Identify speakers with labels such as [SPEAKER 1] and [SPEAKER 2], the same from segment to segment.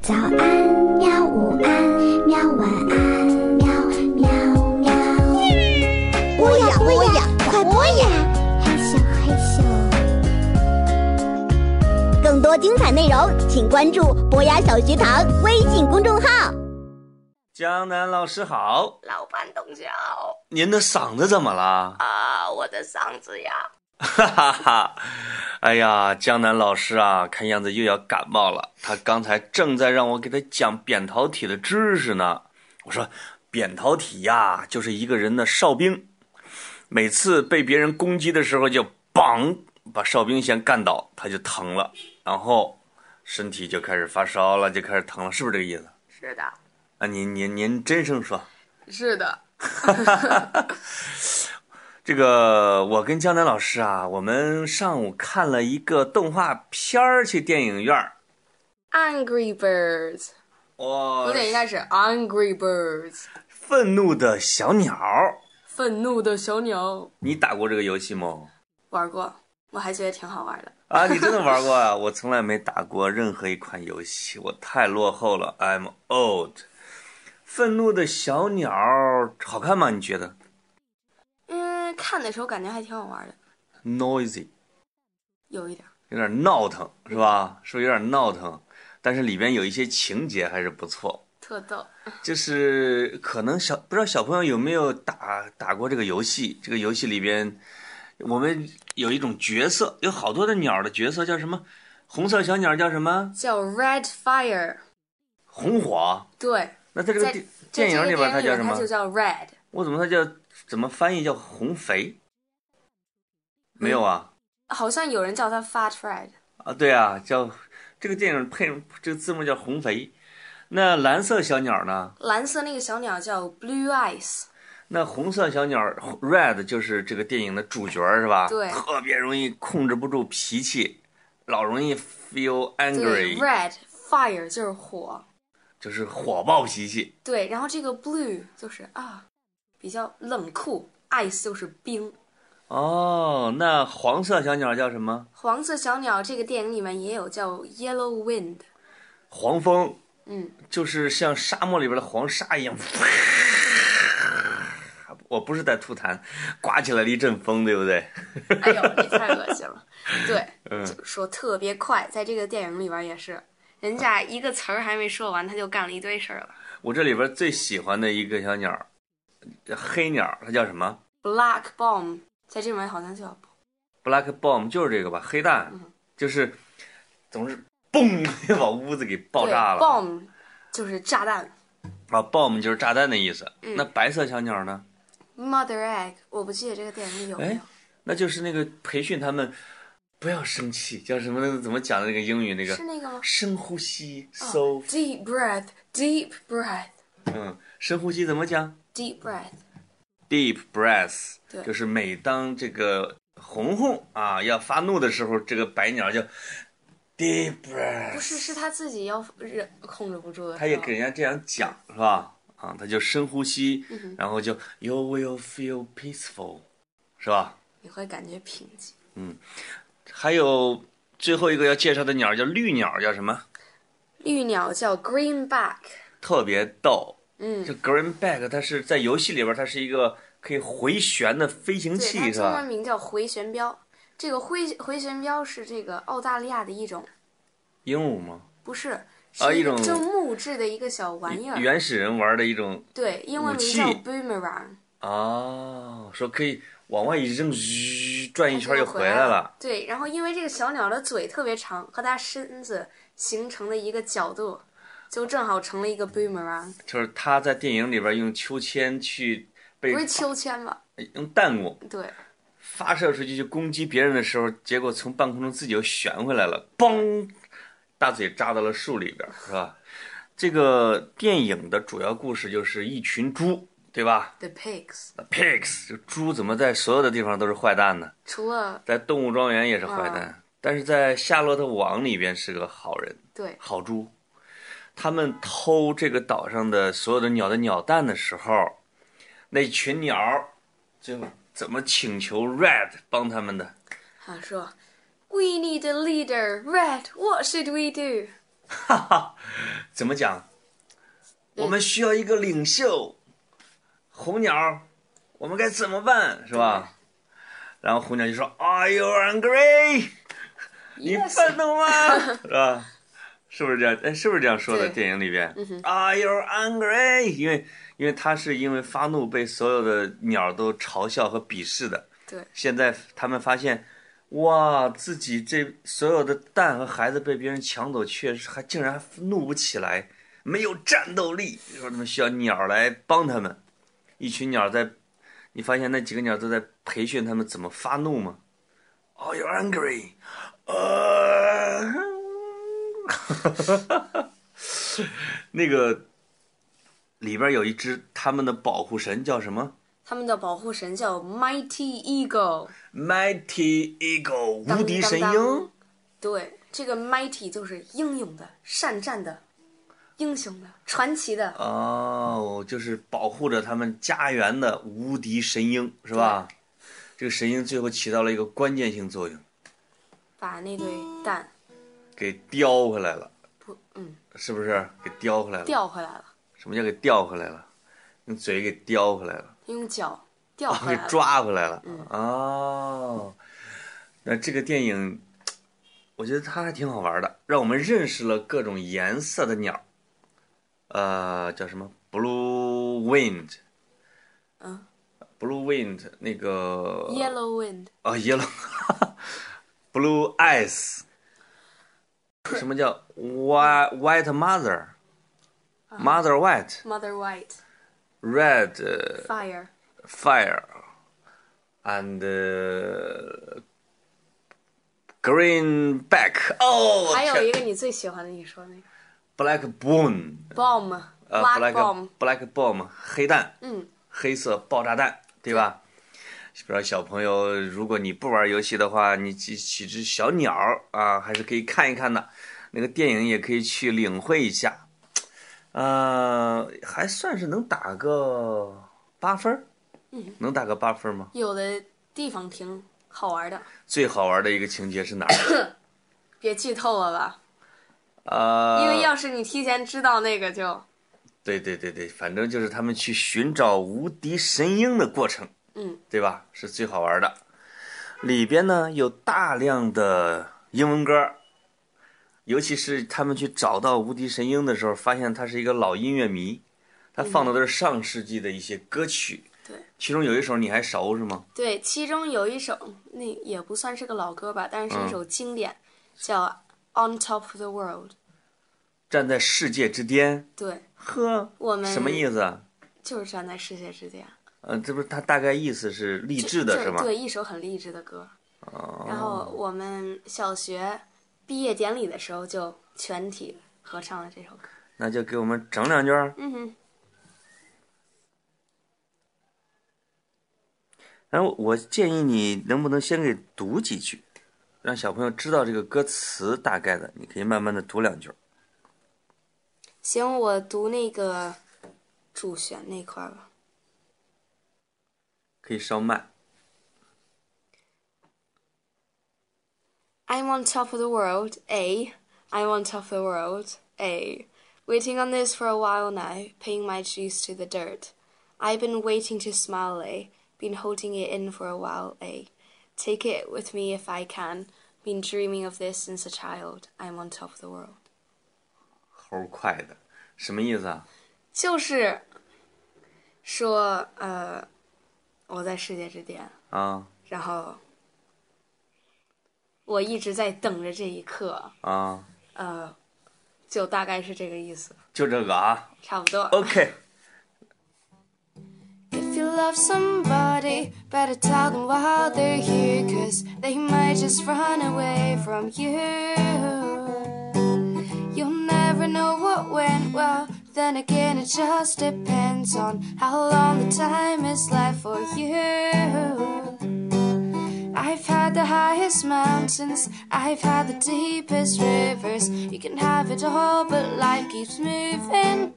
[SPEAKER 1] 早安，喵！午安，喵！晚安，喵！喵喵。播呀播呀，快播呀！害羞害羞。
[SPEAKER 2] 更多精彩内容，请关注博雅小学堂微信公众号。
[SPEAKER 3] 江南老师好，
[SPEAKER 4] 老板同学好
[SPEAKER 3] 您的嗓子怎么了？
[SPEAKER 4] 啊，我的嗓子呀，
[SPEAKER 3] 哈哈哈！哎呀，江南老师啊，看样子又要感冒了。他刚才正在让我给他讲扁桃体的知识呢。我说，扁桃体呀、就是一个人的哨兵，每次被别人攻击的时候就梆把哨兵先干倒，他就疼了，然后身体就开始发烧了，就开始疼了，是不是这个意思？
[SPEAKER 4] 是的，
[SPEAKER 3] 啊，您您您真声说。
[SPEAKER 4] 是的，
[SPEAKER 3] 这个我跟江南老师啊，我们上午看了一个动画片儿，去电影院儿。
[SPEAKER 4] Angry Birds，
[SPEAKER 3] 哇
[SPEAKER 4] 有点应该是 Angry Birds，
[SPEAKER 3] 愤怒的小鸟儿，
[SPEAKER 4] 愤怒的小鸟。
[SPEAKER 3] 你打过这个游戏吗？
[SPEAKER 4] 玩过，我还觉得挺好玩的。
[SPEAKER 3] 啊，你真的玩过啊？我从来没打过任何一款游戏，我太落后了，I'm old。愤怒的小鸟儿好看吗？你觉得
[SPEAKER 4] 嗯，看的时候感觉还挺好玩的，
[SPEAKER 3] ？Noisy，
[SPEAKER 4] 有一点儿。
[SPEAKER 3] 有点闹腾是吧？是不是有点闹腾？但是里边有一些情节还是不错。
[SPEAKER 4] 特逗，
[SPEAKER 3] 就是可能小不知道小朋友有没有打打过这个游戏？这个游戏里边，我们有一种角色，有好多的鸟的角色叫什么？红色小鸟叫什么？
[SPEAKER 4] 叫 Red Fire，
[SPEAKER 3] 红火。
[SPEAKER 4] 对，
[SPEAKER 3] 那在这个
[SPEAKER 4] 在
[SPEAKER 3] 电
[SPEAKER 4] 在
[SPEAKER 3] 电影里边它叫
[SPEAKER 4] 这个电
[SPEAKER 3] 什
[SPEAKER 4] 影
[SPEAKER 3] 么
[SPEAKER 4] 它？就叫 Red，
[SPEAKER 3] 我怎么它叫怎么翻译叫红肥？没有啊
[SPEAKER 4] 好像有人叫它 Fat Red，
[SPEAKER 3] 啊对啊，叫这个电影配这个字幕叫红肥。那蓝色小鸟呢？
[SPEAKER 4] 蓝色那个小鸟叫 Blue Eyes，
[SPEAKER 3] 那红色小鸟 Red 就是这个电影的主角儿是吧？
[SPEAKER 4] 对
[SPEAKER 3] 特别容易控制不住脾气，老容易 feel
[SPEAKER 4] 对
[SPEAKER 3] angry，
[SPEAKER 4] ，Red Fire 就是火，
[SPEAKER 3] 就是火爆脾气。
[SPEAKER 4] 对，然后这个 blue 就是啊，比较冷酷，ice 就是冰。
[SPEAKER 3] 哦，那黄色小鸟叫什么？
[SPEAKER 4] 黄色小鸟这个电影里面也有叫 yellow wind，
[SPEAKER 3] 黄蜂，
[SPEAKER 4] 嗯，
[SPEAKER 3] 就是像沙漠里边的黄沙一样。 我不是在吐痰，刮起来了一阵风，对不对？
[SPEAKER 4] 哎呦，你太恶心了。对，
[SPEAKER 3] 嗯
[SPEAKER 4] 就说特别快，在这个电影里边也是，人家一个词儿还没说完，他就干了一堆事儿了。
[SPEAKER 3] 我这里边最喜欢的一个小鸟，黑鸟，它叫什么
[SPEAKER 4] Black bomb 在这里面好像叫
[SPEAKER 3] Black Bomb 就是这个吧，黑蛋，
[SPEAKER 4] 嗯
[SPEAKER 3] 就是总是嘣就把屋子给爆炸了。
[SPEAKER 4] 对 bomb 就是炸弹
[SPEAKER 3] 啊，bomb 就是炸弹的意思。
[SPEAKER 4] 嗯
[SPEAKER 3] 那白色小鸟呢？
[SPEAKER 4] ，mother egg，我不记得这个电影里有没
[SPEAKER 3] 哎
[SPEAKER 4] 有。
[SPEAKER 3] 那就是那个培训他们不要生气，叫什么？那个怎么讲的那个英语那个
[SPEAKER 4] 是那个吗
[SPEAKER 3] 深呼吸，so、
[SPEAKER 4] 哦 deep breath，deep breath，deep
[SPEAKER 3] 嗯，深呼吸怎么讲
[SPEAKER 4] breath。
[SPEAKER 3] ？Deep breath，
[SPEAKER 4] 对
[SPEAKER 3] 就是每当这个红红啊要发怒的时候，这个白鸟就 deep
[SPEAKER 4] 不
[SPEAKER 3] breath，
[SPEAKER 4] 是，是他自己要忍控制不住的时候。
[SPEAKER 3] 他也给人家这样讲是吧？啊，他就深呼吸，
[SPEAKER 4] 嗯
[SPEAKER 3] 然后就 you will feel peaceful，是吧？
[SPEAKER 4] 你会感觉平静。
[SPEAKER 3] 还有最后一个要介绍的鸟儿叫绿鸟，叫什么？
[SPEAKER 4] 绿鸟叫 greenback，
[SPEAKER 3] 特别逗。
[SPEAKER 4] 嗯
[SPEAKER 3] 这，Greenback 它是在游戏里边儿，它是一个可以回旋的飞行
[SPEAKER 4] 对，它
[SPEAKER 3] 器，是
[SPEAKER 4] 中文
[SPEAKER 3] 吧？
[SPEAKER 4] 名叫回旋镖。这个回回旋镖是这个澳大利亚的一种，
[SPEAKER 3] 鹦鹉吗？
[SPEAKER 4] 不是，
[SPEAKER 3] 啊
[SPEAKER 4] 是
[SPEAKER 3] 一种
[SPEAKER 4] 就木质的一个小玩意儿。
[SPEAKER 3] 原始人玩的一种
[SPEAKER 4] 对，英文
[SPEAKER 3] 武
[SPEAKER 4] 名
[SPEAKER 3] 器
[SPEAKER 4] 叫 boomerang，
[SPEAKER 3] 啊，说可以往外一扔，嘘转一圈
[SPEAKER 4] 它
[SPEAKER 3] 儿
[SPEAKER 4] 就
[SPEAKER 3] 就
[SPEAKER 4] 回
[SPEAKER 3] 回
[SPEAKER 4] 来
[SPEAKER 3] 来了。。
[SPEAKER 4] 对，然后因为这个小鸟的嘴特别长，和它身子形成的一个角度，就正好成了一个 boomerang，
[SPEAKER 3] 就是他在电影里边儿用秋千去被
[SPEAKER 4] 不是秋千吧？
[SPEAKER 3] 用弹幕
[SPEAKER 4] 对，
[SPEAKER 3] 发射出去去攻击别人的时候，结果从半空中自己又旋回来了，嘣，大嘴扎到了树里边儿，是吧？这个电影的主要故事就是一群猪，对吧
[SPEAKER 4] The pigs，
[SPEAKER 3] The？Pigs，这猪怎么在所有的地方都是坏蛋呢？
[SPEAKER 4] 除了
[SPEAKER 3] 在动物庄园也是坏蛋，但是在夏洛特王里边是个好人，
[SPEAKER 4] 对
[SPEAKER 3] 好猪。他们偷这个岛上的所有的鸟的鸟蛋的时候，那群鸟儿就怎么请求 Red 帮他们的？
[SPEAKER 4] 他说：“We need a leader, Red. What should we do？”
[SPEAKER 3] 哈哈，怎么讲？我们需要一个领袖，红鸟，我们该怎么办？是吧？然后红鸟就说：“Are you angry？你
[SPEAKER 4] Yes
[SPEAKER 3] 愤怒 吗？是吧？是不是这样？哎，是不是这样说的？
[SPEAKER 4] 对嗯
[SPEAKER 3] 电影里边、a r e you angry？因为因为他是因为发怒被所有的鸟都嘲笑和鄙视的。
[SPEAKER 4] 对，
[SPEAKER 3] 现在他们发现，哇，自己这所有的蛋和孩子被别人抢走，确实还竟然还怒不起来，没有战斗力，说他们需要鸟来帮他们。一群鸟在，你发现那几个鸟都在培训他们怎么发怒吗？Oh, you're angry. 呃， 那个里边有一只他们的保护神叫什么？
[SPEAKER 4] 他们的保护神叫 Mighty Eagle，
[SPEAKER 3] Mighty Eagle，
[SPEAKER 4] 当
[SPEAKER 3] 无敌神
[SPEAKER 4] 当
[SPEAKER 3] 鹰
[SPEAKER 4] 当。对，这个 Mighty 就是英勇的、善战的、英雄的、传奇的。
[SPEAKER 3] 哦，就是保护着他们家园的无敌神鹰，是吧？这个神鹰最后起到了一个关键性作用，
[SPEAKER 4] 把那对蛋
[SPEAKER 3] 给叼回来了，
[SPEAKER 4] 不，嗯，
[SPEAKER 3] 是不是？给叼回来了。
[SPEAKER 4] 调回来了，
[SPEAKER 3] 什么叫给叼回来了？用嘴给叼回来了，
[SPEAKER 4] 用脚调
[SPEAKER 3] 哦，
[SPEAKER 4] 回
[SPEAKER 3] 给
[SPEAKER 4] 来了。
[SPEAKER 3] 抓回来了。哦，那这个电影，我觉得它还挺好玩的，让我们认识了各种颜色的鸟。呃，叫什么？Blue Wind。
[SPEAKER 4] 嗯。
[SPEAKER 3] Blue Wind 那个
[SPEAKER 4] Yellow Wind，
[SPEAKER 3] 啊，Yellow Blue Eyes，什么叫 White White Mother Mother White
[SPEAKER 4] Mother White
[SPEAKER 3] Red 呃
[SPEAKER 4] Fire，
[SPEAKER 3] Fire and 呃 Green Back 哦，
[SPEAKER 4] 还有
[SPEAKER 3] 天
[SPEAKER 4] 一个你最喜欢的，你说那个
[SPEAKER 3] Black Boom
[SPEAKER 4] Bomb
[SPEAKER 3] 呃
[SPEAKER 4] Black
[SPEAKER 3] Black
[SPEAKER 4] Bomb，
[SPEAKER 3] Black Bomb 黑蛋
[SPEAKER 4] 嗯，
[SPEAKER 3] 黑色爆炸弹，对吧？比如说小朋友，如果你不玩游戏的话，你起起只小鸟儿啊，还是可以看一看的。那个电影也可以去领会一下，呃，还算是能打个八分儿，
[SPEAKER 4] 嗯
[SPEAKER 3] 能打个八分儿吗？
[SPEAKER 4] 有的地方挺好玩的，
[SPEAKER 3] 最好玩的一个情节是哪 儿？
[SPEAKER 4] 别剧透了吧，
[SPEAKER 3] 呃，
[SPEAKER 4] 因为要是你提前知道那个就，
[SPEAKER 3] 对对对对，反正就是他们去寻找无敌神鹰的过程，
[SPEAKER 4] 嗯，
[SPEAKER 3] 对吧？是最好玩的。里边呢有大量的英文歌儿，尤其是他们去找到无敌神鹰的时候，发现他是一个老音乐迷，他放的都是上世纪的一些歌曲，
[SPEAKER 4] 嗯对
[SPEAKER 3] 其中有一首你还熟是吗？
[SPEAKER 4] 对，其中有一首那也不算是个老歌吧，但
[SPEAKER 3] 嗯
[SPEAKER 4] 是是一首经典，叫 On Top of the World，
[SPEAKER 3] 站在世界之巅，
[SPEAKER 4] 对，
[SPEAKER 3] 呵，
[SPEAKER 4] 我们
[SPEAKER 3] 什么意思啊？
[SPEAKER 4] 就是站在世界之巅。
[SPEAKER 3] 呃，这不是他大概意思是励志
[SPEAKER 4] 就
[SPEAKER 3] 的
[SPEAKER 4] 是
[SPEAKER 3] 是吗？哦
[SPEAKER 4] 对，一首很励志的歌。然后我们小学毕业典礼的时候就全体合唱了这首歌。
[SPEAKER 3] 那就给我们整两句儿。
[SPEAKER 4] 嗯哼，
[SPEAKER 3] 然后哎我建议你能不能先给读几句，让小朋友知道这个歌词大概的，你可以慢慢的读两句。
[SPEAKER 4] 行，我读那个主旋那块儿吧。
[SPEAKER 3] 可以稍慢。
[SPEAKER 4] I'm on top of the world, A. I'm on top of the world, A. Waiting on this for a while now, paying my dues to the dirt. I've been waiting to smile, A. Been holding it in for a while, A. Take it with me if I can. Been dreaming of this since a child. I'm on top of the world.
[SPEAKER 3] 猴儿快的，什么意思啊？
[SPEAKER 4] 就是说，呃，我在世界之巅，
[SPEAKER 3] 啊
[SPEAKER 4] 然后我一直在等着这一刻，
[SPEAKER 3] 啊，
[SPEAKER 4] 呃，就大概是这个意思，
[SPEAKER 3] 就这个啊。
[SPEAKER 4] 差不多。
[SPEAKER 3] OK，
[SPEAKER 4] If you love somebody, better tell them while they're here, cause they might just run away from you. You'll never know what went well, then again, it just depends on how long the time is left for you. I've had the highest mountains, I've had the deepest rivers. You can have it all, but life keeps moving.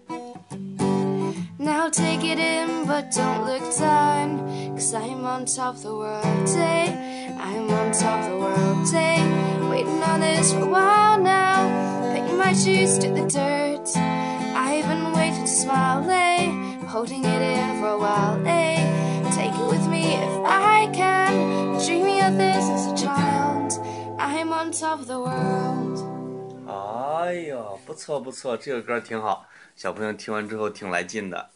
[SPEAKER 4] Now take it in, but don't look down. Cause I'm on top of the world eh? day. I'm on top of the world day. Waiting on this for a while now. Picking my cheeks to the dirt. I've been waiting to smile, eh? Holding it in for a while, eh? Take it with me if I can. Dreaming of this as a child. I'm on top of the world.
[SPEAKER 3] 哎呦，不错不错，这个歌挺好，小朋友听完之后挺来劲的。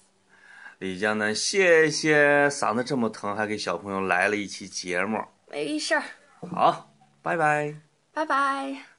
[SPEAKER 3] 李江南，谢谢，嗓子这么疼，还给小朋友来了一期节目。
[SPEAKER 4] 没事儿，
[SPEAKER 3] 好，拜拜。
[SPEAKER 4] 拜拜。